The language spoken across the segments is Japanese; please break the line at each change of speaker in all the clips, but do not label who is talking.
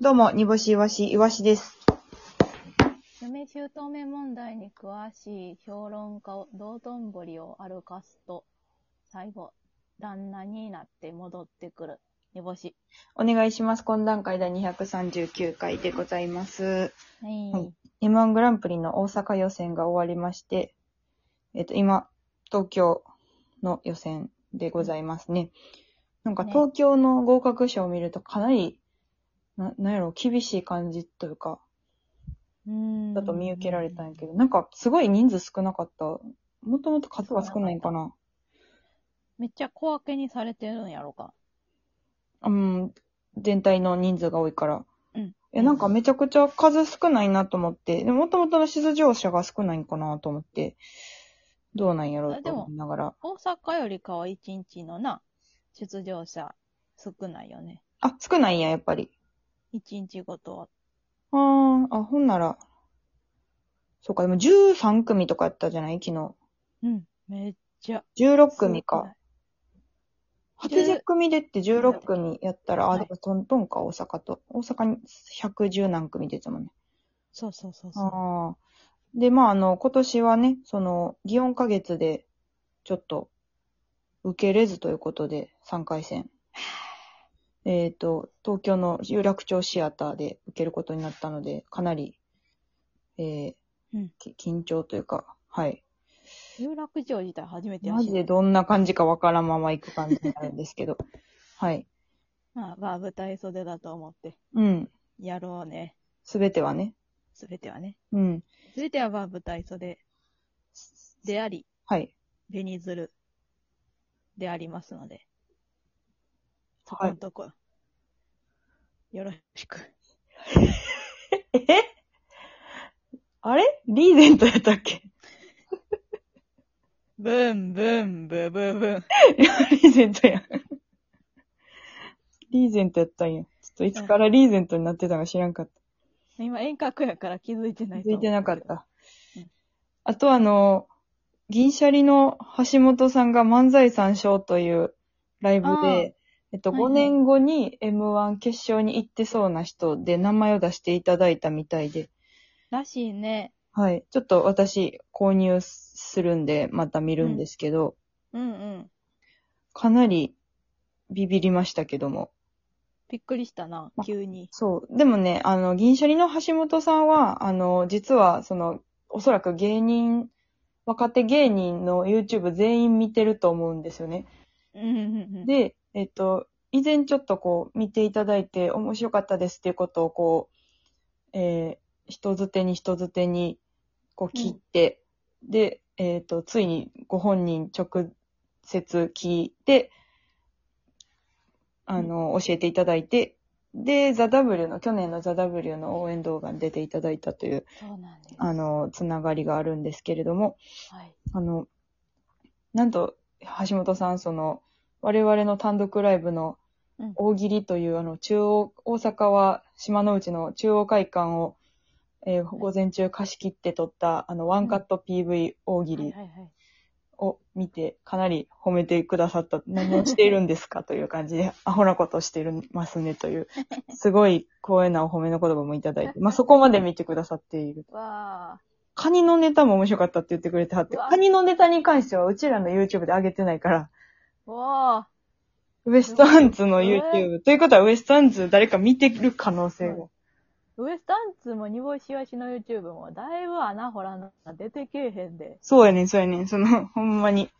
どうも、煮干しいわし、いわしです。
嫁姑問題に詳しい評論家を道頓堀を歩かすと、最後、旦那になって戻ってくる。煮干し。
お願いします。懇談会第239回でございます。
はい。
はい M1 グランプリの大阪予選が終わりまして、えっと、今、東京の予選でございますね。なんか
ね
東京の合格者を見るとかなり、ななんやろ、厳しい感じというか、
うーん
だと見受けられたんやけど、なんかすごい人数少なかった。もともと数が少ないんかな。
めっちゃ小分けにされてるんやろか。
うん、全体の人数が多いから。
うん
え、なんかめちゃくちゃ数少ないなと思って、でもともとの出場者が少ないんかなと思って、どうなんやろうと思いながら。
大阪よりかは一日のな、出場者少ないよね。
あ、少ないんや、やっぱり。
一日ごとは。
あー、あ、ほんなら。そうか、でも13組とかやったじゃない昨日。
うん。めっちゃ。
16組
少な
か
い。。
80組でって16組やったら、
は
あ、
い
でもトントンか、大阪と。大阪に110何組出てたもんね。
そうそうそうそう。
ああ。で、まあ、あの、今年はね、その、祇園花月で、ちょっと、受けれずということで、3回戦。 えっと、東京の有楽町シアターで受けることになったので、かなり、えー
うん
き緊張というか、はい。
有楽町自体初めてや
マ
しい
ジでどんな感じかわからんまま行く感じになるんですけ ど、はい。
まあ、まあ、舞台袖だと思って。
うん。
やろうね。
すべてはね。
すべてはね。
うん。
すべてはまあ舞台袖であり、
はい。
紅鶴でありますので、そこ
は
の
い。
とこ、よろしく。
えあれリーゼントやったっけ
ブンブンブブブン。
リーゼントやん。リーゼントやったんや。ちょっといつからリーゼントになってたのか知らんかっ
今遠隔やから気づいて
た。
ない
気づいてなかっ
と
た
うん。
あとあの、銀シャリの橋本さんが漫才三章というライブ
あー
で、えっと、
はい
5
はい
年後に M1 決勝に行ってそうな人で名前を出していただいたみたいで、
らしいね。
はい。ちょっと私購入するんで、また見るんですけど、
うんうん。
かなりビビりましたけども。
びっくりしたな
ま、
急に。
そう。でもね、あの、銀シャリの橋本さんは、あの、実は、その、おそらく芸人、若手芸人の YouTube 全員見てると思うんですよね。
うんうんうん。
で、えっと、以前ちょっとこう、見ていただいて面白かったですっていうことをこう、えー人づてに人づてに、こう、切って、で、えっと、ついにご本人直接聞いて、あの、教えていただいて、で、ザ・ W の、去年のザ・ W の応援動画に出ていただいたという、
そうなんです。
あの、つながりがあるんですけれども、
はい。
あの、なんと、橋本さん、その、我々の単独ライブの
うん、
大喜利という、あの、中央、大阪は島の内の中央会館を、えー午前中貸し切って撮った、あの、ワンカット PV 大喜
はい
利
はいはい。
を見て、かなり褒めてくださった、何をしているんですかという感じ で、アホなことをしていますねという、すごい光栄なお褒めの言葉もいただいて、まあ、そこまで見てくださっている。
わあ。
カニのネタも面白かったって言ってくれてはって、
うわ
カニのネタに関してはうちらの YouTube で上げてないから、
わあ。
ウエストアンツの
えー
YouTube。ということはウエストアンツ誰か見てる可能性が。
ウエスタンツも煮干しわしの YouTube もだいぶ穴掘らな出てけえへんで。
そうやねん、そうやねん。その、ほんまに。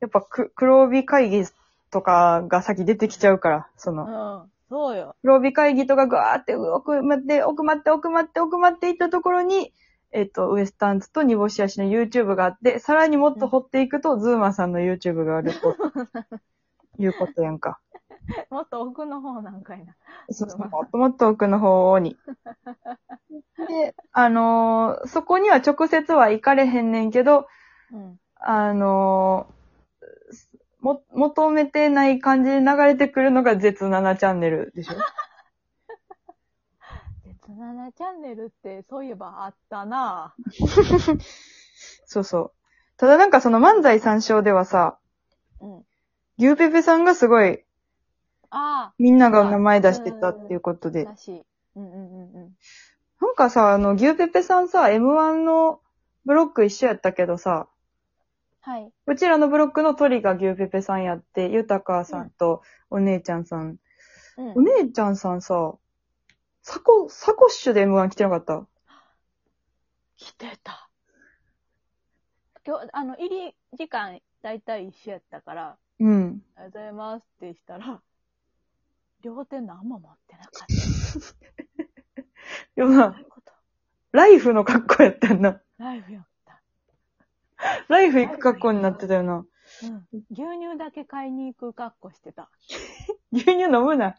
やっぱく、黒帯会議とかが先出てきちゃうから、そうの、
ん。そうよ。
黒帯会議とかガーって奥まって、奥まって、奥まって、奥まっていったところに、えっと、ウエストアンツと煮干し足の YouTube があって、さらにもっと掘っていくと、ズーマさんの YouTube があると。いうことやんか。
もっと奥の方なんかいな。
そうそう
まあ
もっともっと奥の方に。で、あのーそこには直接は行かれへんねんけど、
うん。
あのーも、求めてない感じで流れてくるのが絶7チャンネルでしょ
鉄7チャンネルってそういえばあったな
そうそう。ただなんかその漫才参照ではさ、
うん。
牛ペペさんがすごい、
あ
みんなが名前出してたっていうこと
あ、
で。
らしい。うんうんうんうん。
なんかさ、あの、牛ペペさんさ、M1 のブロック一緒やったけどさ、
はい。
うちらのブロックのトリが牛ペペさんやって、ゆたかさんとお姉ちゃんさん。
うん
お。姉ちゃんさんさ、サコ、サコッシュで M1 来てなかった
来てた。今日、あの、入り時間、だいたい一緒やったから、
うん。
ありがとうございますってしたら、両手何も持ってなかった。
いや、まあ
どういうこと
ライフの格好やったよな。
ライフやった。
ライフ行く格好になってたよな。
うん。牛乳だけ買いに行く格好してた。
牛乳飲む な。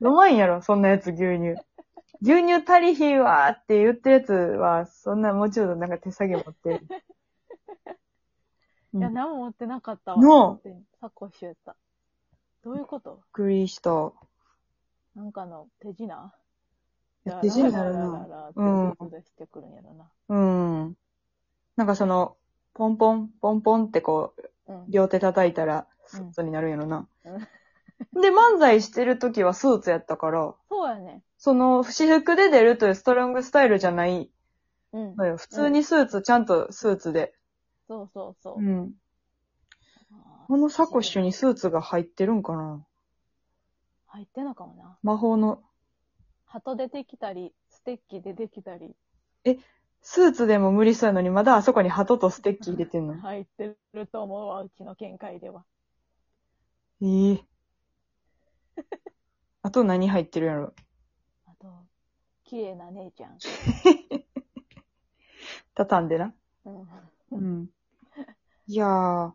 飲まんやろ、そんなやつ牛乳。牛乳足りひんわーって言ってるやつは、そんなもうちょっとなんか手下げ持ってる。
いや、
うん
何も持ってなかったわ。
の
手にサコッシュやった。どういうこと
びっくりした。
なんかの手品
いや手品やろなうん
うん。手してくるんやろな。
うん。なんかその、ポンポン、ポンポンってこう、
うん。
両手叩いたら、
う
ス
ん
ーツになるんやろな。 で、漫才してる時はスーツやったから、
そうやね。
その、私服で出るというストロングスタイルじゃない
うん。
のよ。普通にスーツ、ちゃんとスーツで。
そうそうそ
う
う。
ん。
あー
このサコッシュにスーツが入ってるんかな
入ってんのかもな。
魔法の。
鳩出てきたり、ステッキ出てきたり、
スーツでも無理そうやのに、まだあそこに鳩とステッキ入れてんの。
入ってると思うわ、うちの見解では。
ええあと何入ってるやろ
あと、綺麗な姉ちゃん。
畳んでな。
うん。
うん。いやー、ま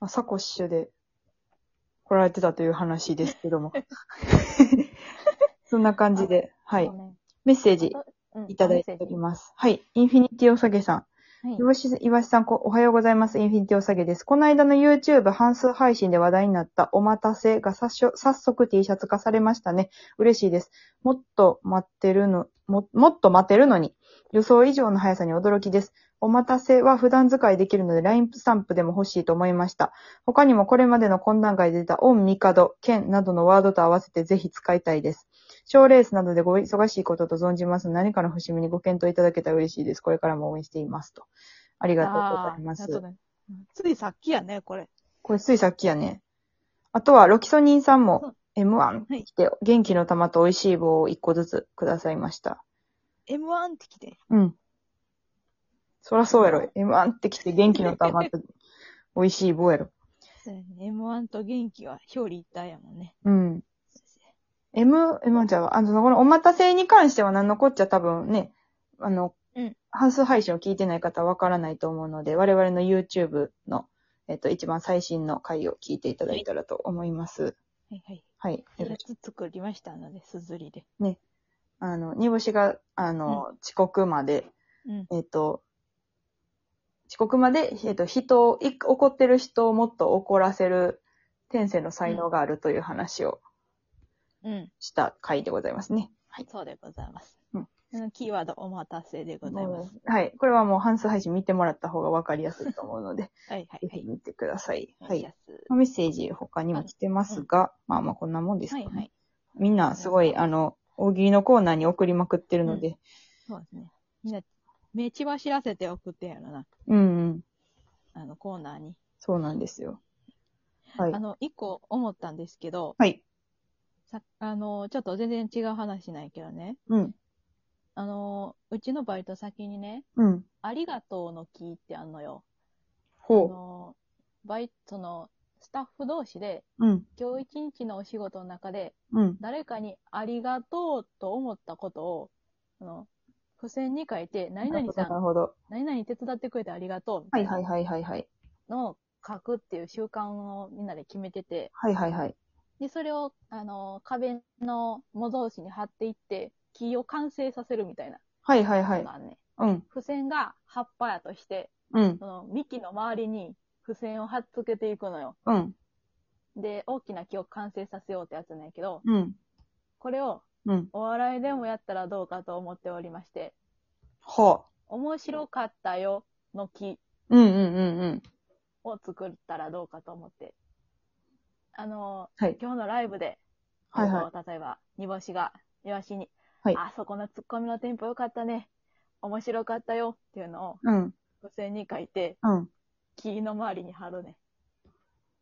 あ、サコッシュで来られてたという話ですけども。そんな感じで、はい
ご。めん
メッセージ
うん
いただいております。はい。インフィニティおさげさん。
はい
岩し、岩しさんこ、おはようございます。インフィニティおさげです。この間の YouTube 半数配信で話題になったお待たせがさっしょ早速 T シャツ化されましたね。嬉しいです。もっと待ってるの、も、もっと待てるのに、予想以上の速さに驚きです。お待たせは普段使いできるので LINE スタンプでも欲しいと思いました。他にもこれまでの懇談会で出たオン、ミカド、剣などのワードと合わせてぜひ使いたいです。賞レースなどでご忙しいことと存じますので何かの節目にご検討いただけたら嬉しいです。これからも応援しています。と。ありがとうございま
あーあと
す。
ねうんついさっきやね、これ。
これついさっきやね。あとはロキソニンさんも M1
はい
来て、元気の玉と美味しい棒を1個ずつくださいました。
M1 って来て。
うん。そらそうやろ。M1 って来て元気の 玉と美味しい棒やろ。
そうやね M1 と元気は表裏一体やもんね。
うん。M、M じゃあ、あの、このお待たせに関しては何のこっちゃ多分ね、あの、
うん
半数配信を聞いてない方はわからないと思うので、我々の YouTube の、えっと、一番最新の回を聞いていただいたらと思います。
はいはい。
はい。
やつ作りましたので、すずりで。
あの、煮干しが、あの、遅刻まで、
うん。
えっと、遅刻まで、えっと、人を、い怒ってる人をもっと怒らせる天性の才能があるという話を
うん。
した回でございますね。はい。
そうでございます。
うん
うん。キーワードお待たせでございます。
はい。これはもう半数配信見てもらった方がわかりやすいと思うので、
はいは
ぜ
いは
ひ
い。
見てください。は
はい
い。メッセージ他にも来てますが、まあまあこんなもんですか
は
ね。
いはい。
みんなすごい、あの、大喜利のコーナーに送りまくってるので、
そうですね。みんな、目血走らせて送ってんやろな。
うん、うんうん
あの、コーナーに。
そうなんですよ。はい
あ。の、一個思ったんですけど、
はい。
さあの、ちょっと全然違う話なんやけどね。
うん。
あの、うちのバイト先にね、
うん。
ありがとうのキーってあんのよ。あ
ほ
の、バイトのスタッフ同士で、
う。うん。
今日一日のお仕事の中で、
うん。
誰かにありがとうと思ったことを、あの、付箋に書いて、何々さ、
なんるほど。
何々手伝ってくれてありがとう、みた
はいい
な
はいはいはいはい。
のを書くっていう習慣をみんなで決めてて、
はいはいはい。
で、それを、あの、壁の模造紙に貼っていって、木を完成させるみたいな
はいはいは
の
い。
があんね。
うん。
付箋が葉っぱやとして、
うん。
その幹の周りに付箋を貼っつけていくのよ。
うん。
で、大きな木を完成させようってやつなんやけど、
うん。
これを
うん。
お笑いでもやったらどうかと思っておりまして、
はあ。
面白かったよの木
うんうんうんうん。
を作ったらどうかと思って。
あの、
はい
今日のライブで、
はいは
例えば、煮干しが、イワシに、
はい
あそこのツッコミのテンポ良かったね。面白かったよっていうのを
うん。
付箋に書いて、
うん。
木の周りに貼るね。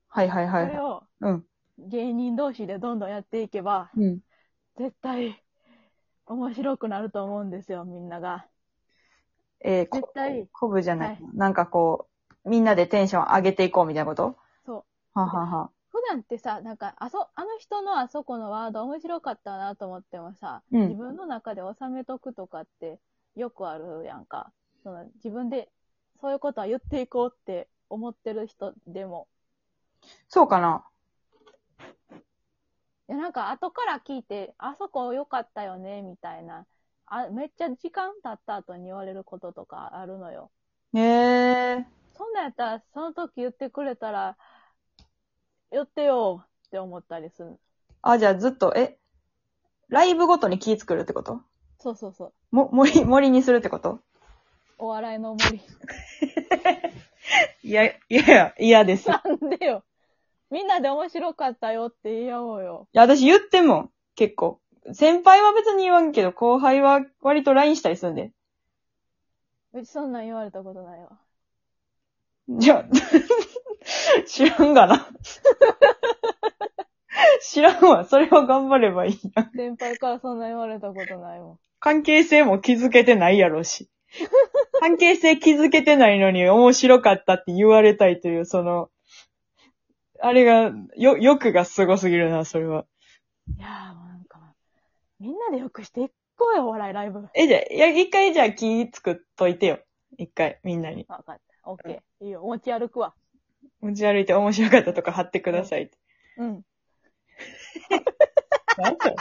はいはいはい
それ。を
うん。
芸人同士でどんどんやっていけば、
うん。
絶対面白くなると思うんですよ、みんなが。
えー、こ
絶対、
こぶじゃない、
はい
なんかこう、みんなでテンション上げていこうみたいなこと
そう。
はあはあはあ
普段ってさ、なんか、あそ、あの人のあそこのワード面白かったなと思ってもさ、
うん
自分の中で収めとくとかってよくあるやんか。その自分で、そういうことは言っていこうって思ってる人でも。
そうかない
や、なんか後から聞いて、あそこ良かったよね、みたいな。あ、めっちゃ時間経った後に言われることとかあるのよ。
えー、
そんなんやったら、その時言ってくれたら、言ってよって思ったりする。
あ、じゃあずっと、え、ライブごとに気作るってこと
そうそうそう。
も、森、森にするってこと
お笑いの森。
いや、いやいや、嫌です。い
なんでよ。みんなで面白かったよって言い合おうよ。
や、私言ってんもん、結構。先輩は別に言わんけど、後輩は割と LINE したりするんで。
うちそんなん言われたことないわ。
じゃあ、 知らんがな。 知らんわ。それは頑張ればいいな。
先輩からそんなん言われたことないもん。
関係性も気づけてないやろうし。関係性気づけてないのに面白かったって言われたいという、その、あれが、よ、欲がすごすぎるな、それは。
いやーもうなんか、みんなでよくしていこうよ、お笑いライブ。
え、じゃあ、いや、一回じゃあ気作っといてよ。一回、みんなに。
わかった。オッケー。いいよ、持ち歩くわ。
持ち歩いて面白かったとか貼ってくださいって。
うん。
なんだよ